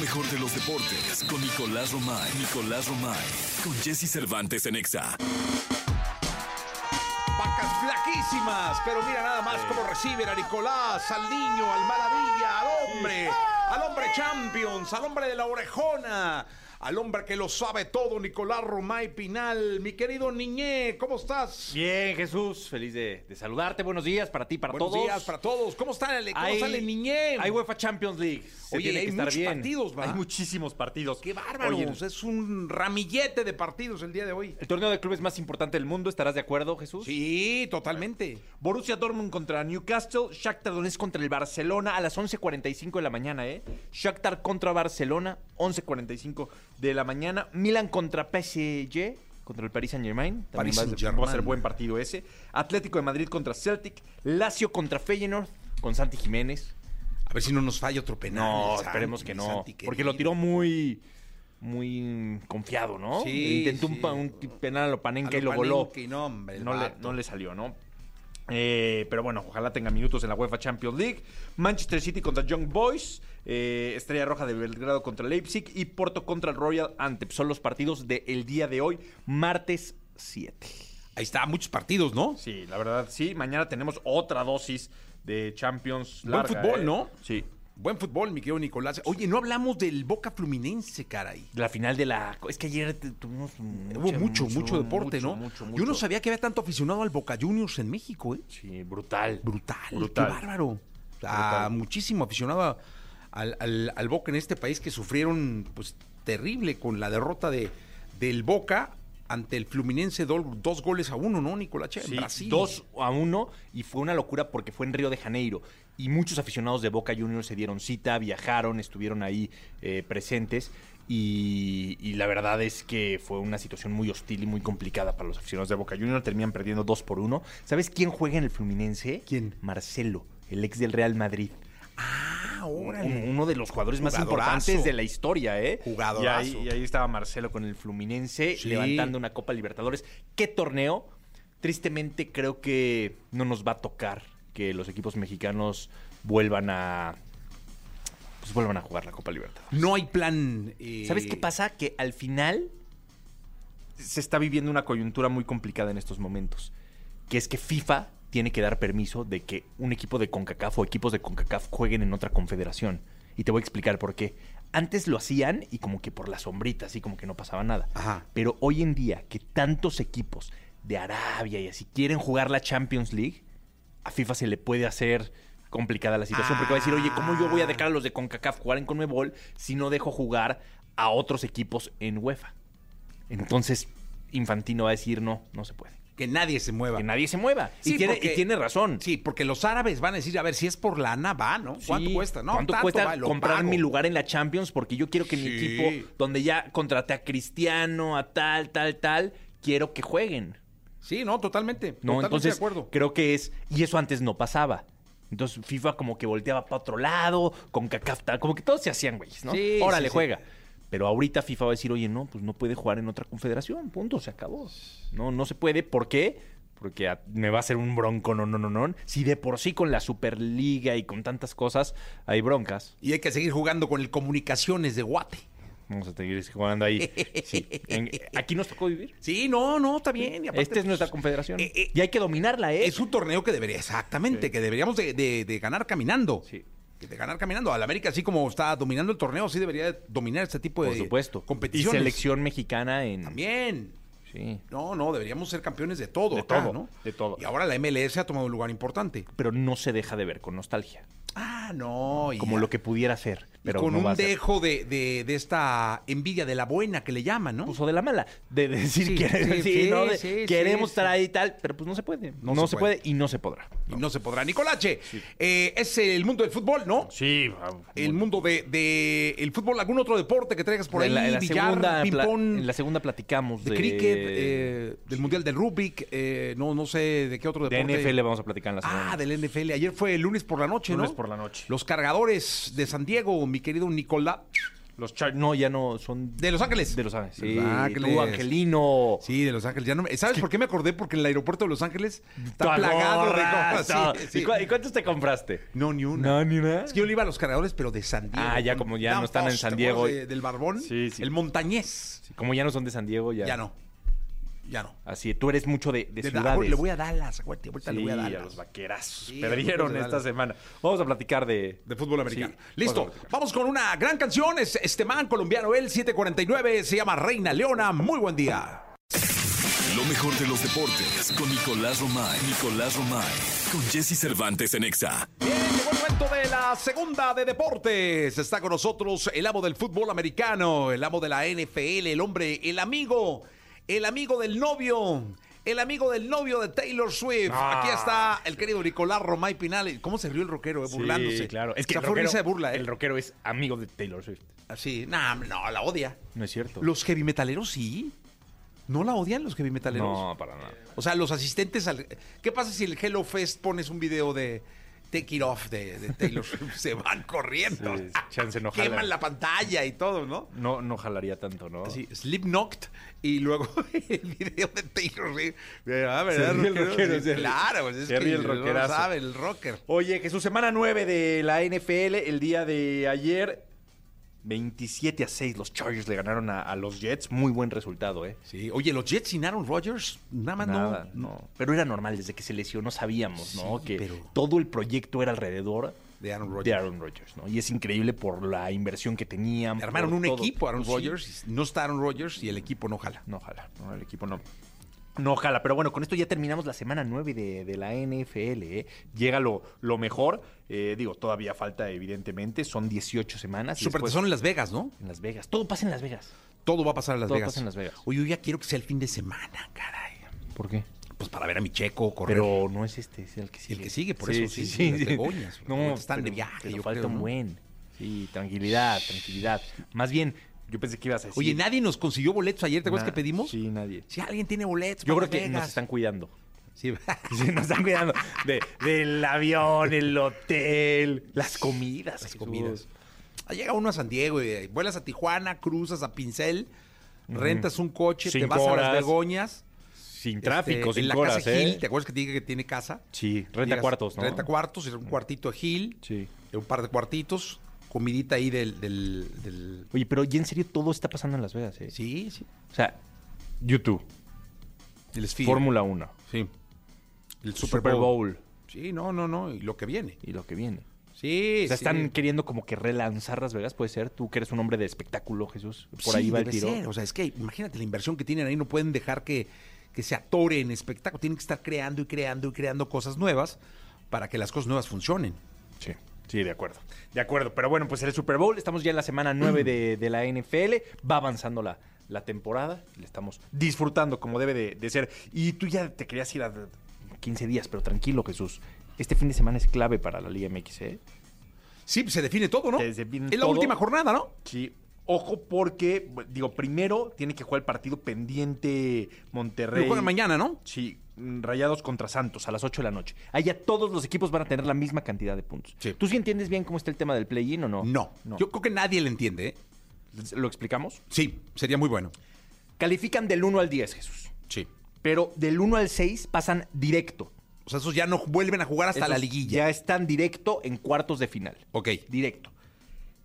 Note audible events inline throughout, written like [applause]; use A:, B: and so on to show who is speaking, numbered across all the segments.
A: mejor de los deportes con Nicolás Romay. Nicolás Romay. Con Jesse Cervantes en Exa.
B: Vacas flaquísimas, pero mira nada más cómo reciben a Nicolás, al niño, al maravilla, al hombre, al hombre champions, al hombre de la orejona, al hombre que lo sabe todo, Nicolás Romay Pinal. Mi querido Niñé, ¿cómo estás?
C: Bien, Jesús, feliz de, de saludarte. Buenos días para ti, para
B: Buenos
C: todos.
B: días para todos. ¿Cómo está el, cómo
C: Hay-
B: sale Niñé?
C: Hay UEFA Champions League. Se
B: Oye,
C: tiene
B: hay
C: que estar
B: muchos
C: bien.
B: partidos, ¿va?
C: Hay muchísimos partidos.
B: Qué bárbaros.
C: Oye,
B: es un ramillete de partidos el día de hoy.
C: el torneo de clubes más importante del mundo, ¿estarás de acuerdo, Jesús?
B: Sí, totalmente.
C: Borussia Dortmund contra Newcastle, Shakhtar Donetsk contra el Barcelona a las 11:45 de la mañana, ¿eh? Shakhtar contra Barcelona, 11:45 de la mañana. Milan contra PSG, contra el Paris Saint-Germain. También
B: Paris
C: va a ser-
B: Saint-Germain.
C: Va a ser buen partido ese. Atlético de Madrid contra Celtic, Lazio contra Feyenoord, con Santi Jiménez.
B: A ver si no nos falla otro penal.
C: No,
B: Santi,
C: esperemos que
B: mi
C: no.
B: Santi
C: Porque lo
B: querido.
C: tiró muy muy confiado, ¿no?
B: Sí,
C: Intentó un
B: sí.
C: pa- un, penal a lo Panenka
B: A
C: y lo voló.
B: Panenka y no, hombre, el
C: no, le,
B: vato.
C: no le salió, ¿no? Eh, pero bueno, ojalá tenga minutos en la UEFA Champions League. Manchester City contra Young Boys. eh, Estrella Roja de Belgrado contra Leipzig. Y Porto contra el Royal Antep. Son los partidos del día de hoy, martes 7.
B: Ahí está, muchos partidos, ¿no?
C: Sí, la verdad, sí. Mañana tenemos otra dosis de Champions
B: Buen
C: larga,
B: fútbol,
C: ¿eh?
B: ¿no?
C: Sí.
B: Buen fútbol, mi querido Nicolás. Oye, no hablamos del Boca Fluminense, caray.
C: La final de la... Es que ayer te- tuvimos... mucha-
B: Hubo mucho, mucho, deporte,
C: mucho,
B: ¿no?
C: mucho,
B: Yo no
C: mucho.
B: sabía que había tanto aficionado al Boca Juniors en México, ¿eh?
C: Sí, brutal.
B: Brutal,
C: Brutal.
B: qué bárbaro. O sea,
C: Brutal.
B: muchísimo aficionado a- al, al- al Boca en este país que sufrieron, pues, terrible con la derrota de, del Boca ante el Fluminense, dol- dos goles a uno, ¿no, Nicolás? En
C: Sí,
B: Brasil.
C: dos a uno y fue una locura porque fue en Río de Janeiro y muchos aficionados de Boca Juniors se dieron cita, viajaron, estuvieron ahí eh, presentes y, y la verdad es que fue una situación muy hostil y muy complicada para los aficionados de Boca Juniors, terminan perdiendo dos por uno. ¿Sabes quién juega en el Fluminense?
B: ¿Quién?
C: Marcelo, el ex del Real Madrid.
B: Ah,
C: Un-
B: órale.
C: uno de los jugadores más
B: Jugadorazo.
C: importantes de la historia, ¿eh?
B: Jugadorazo.
C: Y ahí, y ahí estaba Marcelo con el Fluminense
B: Sí.
C: levantando una Copa Libertadores. ¿Qué torneo? Tristemente creo que no nos va a tocar que los equipos mexicanos vuelvan a pues vuelvan a jugar la Copa Libertadores.
B: No hay plan. eh,
C: ¿Sabes qué pasa? Que al final se está viviendo una coyuntura muy complicada en estos momentos. Que es que FIFA tiene que dar permiso de que un equipo de CONCACAF o equipos de CONCACAF jueguen en otra confederación. Y te voy a explicar por qué. Antes lo hacían y como que por la sombrita, así como que no pasaba nada.
B: Ajá.
C: Pero hoy en día que tantos equipos de Arabia y así quieren jugar la Champions League, a FIFA se le puede hacer complicada la situación porque va a decir, oye, ¿cómo yo voy a dejar a los de CONCACAF jugar en CONMEBOL si no dejo jugar a otros equipos en UEFA? Entonces, Infantino va a decir, no, no se puede.
B: Que nadie se mueva.
C: Que nadie se mueva.
B: Sí,
C: y, tiene,
B: porque-
C: y tiene razón.
B: Sí, porque los árabes van a decir, a ver, si es por lana, va, ¿no? ¿Cuánto
C: Sí,
B: cuesta? No,
C: ¿Cuánto
B: tanto
C: cuesta
B: va, lo
C: comprar
B: pago.
C: mi lugar en la Champions? Porque yo quiero que mi
B: Sí.
C: equipo, donde ya contraté a Cristiano, a tal, tal, tal, quiero que jueguen.
B: Sí, no, totalmente.
C: No,
B: totalmente
C: entonces
B: de acuerdo.
C: creo que es y eso antes no pasaba. Entonces FIFA como que volteaba para otro lado, con cacafta, como que todos se hacían güeyes, ¿no?
B: Sí,
C: Órale,
B: sí, sí.
C: juega. Pero ahorita FIFA va a decir, "Oye, no, pues no puede jugar en otra confederación, punto, se acabó." No, no se puede, ¿por qué? Porque a- me va a hacer un bronco, no, no, no, no. Si de por sí con la Superliga y con tantas cosas hay broncas,
B: Y hay que seguir jugando con el comunicaciones de Guate.
C: vamos a seguir
B: [laughs]
C: jugando ahí. Sí. En- aquí nos tocó vivir.
B: Sí, no, no, está bien. y aparte,
C: Esta Este es nuestra confederación.
B: eh, eh,
C: y hay que dominarla, ¿eh?
B: Es un torneo que debería, exactamente, que deberíamos de, de- de ganar caminando.
C: Sí.
B: Que De ganar caminando. Al América, así como está dominando el torneo, sí debería dominar este tipo de
C: Por supuesto.
B: competiciones.
C: Y selección mexicana en.
B: También.
C: Sí.
B: No, no, deberíamos ser campeones de todo.
C: De
B: acá,
C: todo,
B: ¿no?
C: de todo.
B: Y ahora la MLS ha tomado un lugar importante.
C: Pero no se deja de ver con nostalgia.
B: Ah, no. y
C: Como
B: ya.
C: lo que pudiera ser.
B: Y
C: Pero
B: con
C: no va
B: un
C: a ser.
B: dejo de, de- de esta envidia de la buena que le llaman, ¿no?
C: Puso de la mala. De decir,
B: Sí,
C: quiere-
B: sí,
C: [laughs] sí,
B: sí,
C: ¿no? De-
B: sí,
C: queremos
B: sí,
C: estar
B: sí.
C: ahí y tal. Pero pues no se puede.
B: No
C: No,
B: se
C: se, puede. y no se podrá.
B: Y no se podrá. Nicolache, eh, es el mundo del fútbol, ¿no?
C: Sí,
B: El mundo de, de- el fútbol, algún otro deporte que traigas por ahí,
C: en la, en la
B: billar,
C: segunda, pla-
B: ping-pong,
C: en la segunda platicamos
B: de
C: de,
B: cricket, eh, del mundial del Rubik, eh, no, no sé de qué otro
C: de
B: deporte.
C: NFL vamos a platicar en la segunda.
B: Ah, del NFL. Ayer fue el lunes por la noche, ¿no?
C: Lunes por la noche.
B: Los cargadores de San Diego, mi querido Nicolás.
C: Los Chargers. No, ya no, son.
B: De Los Ángeles.
C: De Los Ángeles. Sí,
B: Los Ángeles.
C: tú, Angelino.
B: Sí, de Los Ángeles. Ya no me- ¿Sabes por qué me acordé? Porque el aeropuerto de Los Ángeles está
C: Toda
B: plagado de
C: gorra,
B: cosas. [laughs]
C: no.
B: Sí, sí.
C: ¿Y, cu- y cuántos te compraste?
B: No, ni una.
C: No, ni una.
B: Es que yo le iba a los cargadores, pero de San Diego.
C: Ah, ya
B: con
C: como ya
B: Dan
C: no están en
B: Fox,
C: San
B: ¿te acuerdas
C: Diego.
B: de- del Barbón.
C: Sí, sí.
B: El Montañés.
C: Sí, como ya no son de San Diego, ya.
B: Ya. no. Ya no.
C: Así, tú eres mucho de, de
B: De-
C: ciudades.
B: Le voy a Dallas, acuérdate. Ahorita le voy a
C: Sí,
B: Dallas.
C: los vaquerazos.
B: Sí,
C: Perdieron
B: a los
C: esta
B: Dallas.
C: semana. Vamos a platicar de.
B: de fútbol americano.
C: Sí,
B: Listo,
C: vamos a platicar.
B: vamos con una gran canción. Es este man colombiano, el 749, se llama Reina Leona. Muy buen día.
A: Lo mejor de los deportes con Nicolás Romay. Nicolás Romay. Con Jesse Cervantes en Exa.
B: Bien, llegó el momento de la segunda de deportes. Está con nosotros el amo del fútbol americano, el amo de la NFL, el hombre, el amigo, el amigo del novio. El amigo del novio de Taylor Swift.
C: Ah.
B: Aquí está el querido Nicolás Romay Pinal. ¿Cómo se rió el rockero? eh?
C: Sí,
B: burlándose.
C: claro. Es que
B: O sea,
C: el
B: fue
C: rockero-
B: risa de burla, ¿eh?
C: El rockero es amigo de Taylor Swift.
B: Así. Nah, no, la odia.
C: No es cierto.
B: Los heavy metaleros sí. ¿No la odian los heavy metaleros?
C: No, para nada.
B: O sea, los asistentes al... ¿Qué pasa si el Hello Fest pones un video de Take It Off de, de
C: [laughs]
B: Taylor Swift? Se van corriendo.
C: Sí, chance no
B: Queman
C: jalan.
B: la pantalla y todo, ¿no?
C: No, no jalaría tanto, ¿no?
B: Así, Slipknot y luego [laughs] el video de Taylor Swift. Ah,
C: Se
B: ¿verdad,
C: ríe el
B: rockero?
C: rockero,
B: Sí,
C: se ríe.
B: Claro, pues es
C: Se ríe
B: que
C: el
B: no lo
C: rockerazo.
B: sabe el rocker.
C: Oye, que su semana 9 de la NFL, el día de ayer, 27 a 6, los Chargers le ganaron a, a los Jets. Muy buen resultado, ¿eh?
B: Sí, oye, los Jets sin Aaron Rodgers, nada más
C: Nada,
B: Ah, no,
C: no. Pero era normal, desde que se lesionó sabíamos, ¿no?
B: Sí,
C: Que
B: pero-
C: todo el proyecto era alrededor
B: de Aaron
C: de
B: Rodgers.
C: Aaron Rodgers, ¿no? Y es increíble por la inversión que tenían.
B: Armaron
C: por
B: un
C: todo.
B: equipo Aaron
C: Pues sí.
B: Rodgers, y no está Aaron Rodgers y el equipo no jala.
C: No, ojalá. No, el equipo no. No, ojalá. Pero bueno, con esto ya terminamos la semana 9 de, de la NFL. ¿eh? Llega lo, lo mejor. Eh, digo, todavía falta, evidentemente. Son 18 semanas. y después-
B: Supertazón en Las Vegas, ¿no?
C: En Las Vegas. Todo pasa en Las Vegas.
B: Todo va a pasar en Las
C: Todo
B: Vegas.
C: pasa en Las Vegas.
B: Oye, yo ya quiero que sea el fin de semana, caray.
C: ¿Por qué?
B: Pues para ver a mi checo correr.
C: Pero no es este, es el que sigue.
B: El que sigue, por eso, sí, las Begoñas,
C: No,
B: ahorita están de viaje,
C: pero
B: yo
C: falta
B: creo,
C: un
B: ¿no?
C: buen. Sí, tranquilidad, tranquilidad. Más bien, yo pensé que ibas a decir...
B: Oye, nadie nos consiguió boletos ayer, ¿te acuerdas
C: Na-
B: que pedimos?
C: Sí, nadie.
B: Si alguien tiene boletos,
C: Yo
B: para
C: creo que
B: Vegas.
C: nos están cuidando. [laughs]
B: Sí. [laughs]
C: Sí, nos están cuidando de- del avión, el hotel, las comidas.
B: Las
C: Jesús.
B: comidas. Ah, Llega uno a San Diego y eh, vuelas a Tijuana, cruzas a Pincel, rentas un coche, te
C: Cinco
B: vas a Las
C: horas.
B: Begoñas.
C: Sin tráfico,
B: este,
C: sin
B: En la
C: horas,
B: casa
C: ¿eh?
B: Gil, ¿te acuerdas que te dije que tiene casa?
C: Sí, renta
B: Llegas,
C: cuartos, ¿no? Mm.
B: Renta cuartos, era un cuartito de Gil,
C: Sí.
B: un par de cuartitos, comidita ahí del- del- del
C: Oye, pero ya en serio todo está pasando en Las Vegas, ¿eh?
B: Sí, sí.
C: O sea, YouTube,
B: El Sphere.
C: Fórmula 1,
B: Sí. El
C: Super, Bowl.
B: Sí, no, no, no. Y lo que viene.
C: y lo que viene.
B: Sí,
C: O sea,
B: sí.
C: están queriendo como que relanzar Las Vegas, puede ser. Tú que eres un hombre de espectáculo, Jesús. Por ahí
B: Sí,
C: va el
B: debe
C: tiro.
B: ser. O sea, es que imagínate la inversión que tienen ahí. No pueden dejar que, que se atore en espectáculo. Tienen que estar creando y creando y creando cosas nuevas para que las cosas nuevas funcionen.
C: Sí, sí, de acuerdo. De acuerdo, pero bueno, pues el Super Bowl, estamos ya en la semana 9 de, de la NFL, va avanzando la, la temporada, y la estamos disfrutando como debe de, de ser. Y tú ya te querías ir a 15 días, pero tranquilo, Jesús. Este fin de semana es clave para la Liga MX, ¿eh?
B: Sí, pues se define todo, ¿no?
C: Se define
B: es la
C: todo.
B: última jornada, ¿no?
C: Sí. Ojo porque, bueno, digo, primero tiene que jugar el partido pendiente
B: Lo
C: Monterrey.
B: juegan mañana, ¿no?
C: Sí, mm, Rayados contra Santos a las 8 de la noche. Allá todos los equipos van a tener la misma cantidad de puntos.
B: Sí.
C: ¿Tú sí entiendes bien cómo está el tema del play-in o no?
B: No. Yo creo que nadie le entiende, ¿eh?
C: ¿Lo explicamos?
B: Sí, sería muy bueno.
C: Califican del 1 al 10, Jesús.
B: Sí.
C: Pero del 1 al 6 pasan directo.
B: O sea, esos ya no vuelven a jugar hasta
C: Esos
B: la liguilla.
C: Ya están directo en cuartos de final.
B: Ok.
C: Directo.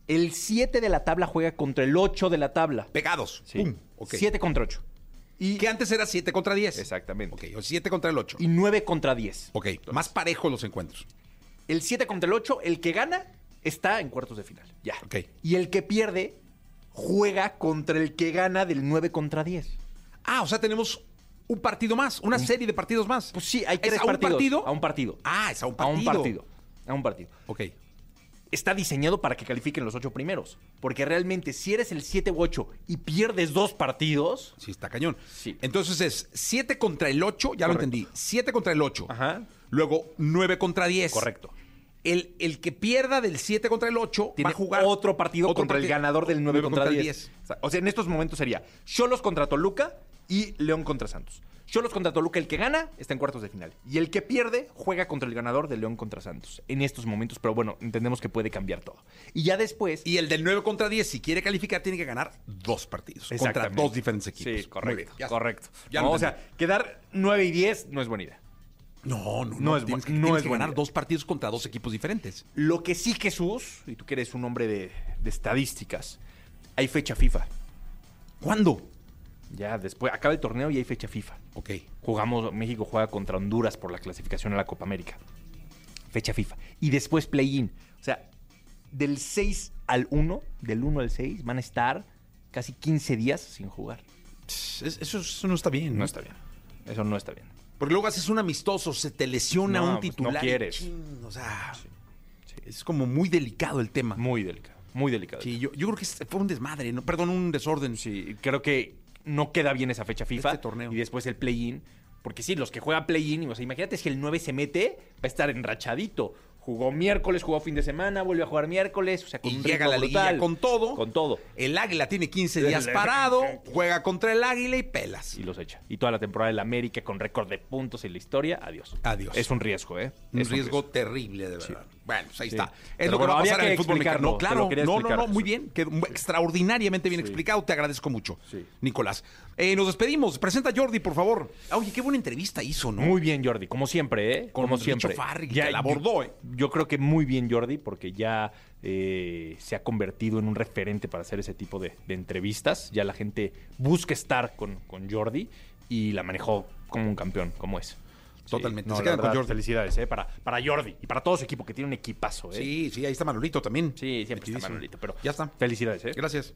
C: El 7 de la tabla juega contra el 8 de la tabla.
B: Pegados. Pum. Ok.
C: 7 contra 8.
B: Y que antes era 7 contra 10.
C: Exactamente.
B: Ok, o 7 contra el 8.
C: Y 9 contra 10.
B: Ok, más parejos los encuentros.
C: El 7 contra el 8, el que gana está en cuartos de final. Ya.
B: Ok.
C: Y el que pierde juega contra el que gana del 9 contra 10.
B: Ah, o sea, tenemos un partido más, una serie de partidos más.
C: Pues sí, hay
B: ¿Es
C: tres
B: a un
C: partidos.
B: partido?
C: A un partido.
B: Ah, es a un
C: A
B: partido.
C: un partido. A un partido.
B: Ok.
C: está diseñado para que califiquen los ocho primeros. Porque realmente, si eres el 7 u 8 y pierdes dos partidos.
B: Sí, está cañón.
C: Sí.
B: Entonces es 7 contra el 8, ya
C: Correcto.
B: lo entendí. 7 contra el 8.
C: Ajá.
B: Luego 9 contra 10.
C: Correcto.
B: El, el que pierda del 7 contra el 8 va
C: Tiene
B: a jugar
C: otro partido contra el
B: partido.
C: ganador del 9
B: Nueve
C: contra
B: el
C: 10. O sea, en estos momentos sería Cholos contra Toluca y León contra Santos. Cholos contra Toluca, el que gana está en cuartos de final. Y el que pierde juega contra el ganador de León contra Santos. En estos momentos, pero bueno, entendemos que puede cambiar todo. Y ya después.
B: Y el del 9 contra 10, si quiere calificar, tiene que ganar dos partidos contra
C: Exactamente.
B: dos diferentes equipos.
C: Sí, correcto.
B: Muy bien, ya está.
C: correcto.
B: Ya
C: No,
B: lo
C: o sea,
B: entendí.
C: quedar 9 y 10 no es buena idea.
B: no, no, no,
C: no es
B: tienes
C: bu-
B: que,
C: no
B: tienes
C: es
B: que
C: buena
B: ganar
C: idea.
B: dos partidos contra dos equipos diferentes.
C: Lo que sí, Jesús, y tú que eres un hombre de, de estadísticas, hay fecha FIFA.
B: ¿Cuándo?
C: Ya después acaba el torneo y hay fecha FIFA.
B: Ok.
C: Jugamos, México juega contra Honduras por la clasificación a la Copa América. Fecha FIFA. Y después play-in. O sea, del 6 al 1, del 1 al 6, van a estar casi 15 días sin jugar.
B: Es- Eso, eso no está bien.
C: No está bien. Eso no está bien.
B: Porque luego haces un amistoso, se te lesiona
C: No,
B: un
C: pues no
B: titular. y
C: quieres.
B: chin, o sea, es como muy delicado el tema.
C: Muy delicado. Muy delicado.
B: Sí, yo, yo creo que este fue un desmadre, ¿no? perdón, un desorden.
C: Sí, creo que no queda bien esa fecha FIFA.
B: Este torneo.
C: Y después el play-in. Porque sí, los que juegan play-in, o sea, imagínate si el 9 se mete, va a estar enrachadito. Jugó miércoles, jugó fin de semana, vuelve a jugar miércoles, o sea, con
B: Y
C: un
B: llega
C: ritmo
B: la liguilla
C: brutal.
B: con todo.
C: Con todo.
B: El águila tiene 15
C: [laughs]
B: días parado, juega contra el águila y pelas.
C: Y los echa. Y toda la temporada del América con récord de puntos en la historia, adiós.
B: Adiós.
C: Es un riesgo, ¿eh?
B: Un
C: Es
B: riesgo terrible, de verdad. Bueno, pues ahí está. Es
C: Pero
B: lo que
C: bueno,
B: va a
C: había
B: pasar en
C: que
B: el fútbol mexicano.
C: explicarlo,
B: No,
C: te lo
B: Claro,
C: quería
B: no, no,
C: explicar,
B: no, muy
C: Jesús.
B: bien. Quedó mu- extraordinariamente bien
C: Sí.
B: explicado. Te agradezco mucho,
C: Sí.
B: Nicolás. Eh, nos despedimos. Presenta a Jordi, por favor. Ah, Oye, qué buena entrevista hizo, ¿no?
C: Muy bien, Jordi, como siempre, ¿eh?
B: Con
C: como
B: Richo
C: siempre.
B: Farri, que la abordó, ¿eh?
C: Yo creo que muy bien, Jordi, porque ya eh, se ha convertido en un referente para hacer ese tipo de, de entrevistas. Ya la gente busca estar con, con Jordi y la manejó como un campeón, como es.
B: Totalmente.
C: no,
B: Se
C: la
B: quedan con
C: verdad,
B: Jordi.
C: Felicidades, ¿eh? Para, para Jordi y para todo su equipo, que tiene un equipazo, ¿eh?
B: Sí, sí, ahí está Manolito también.
C: Sí, siempre está
B: Metidísimo.
C: Manolito, pero
B: Ya está.
C: felicidades, ¿eh?
B: Gracias.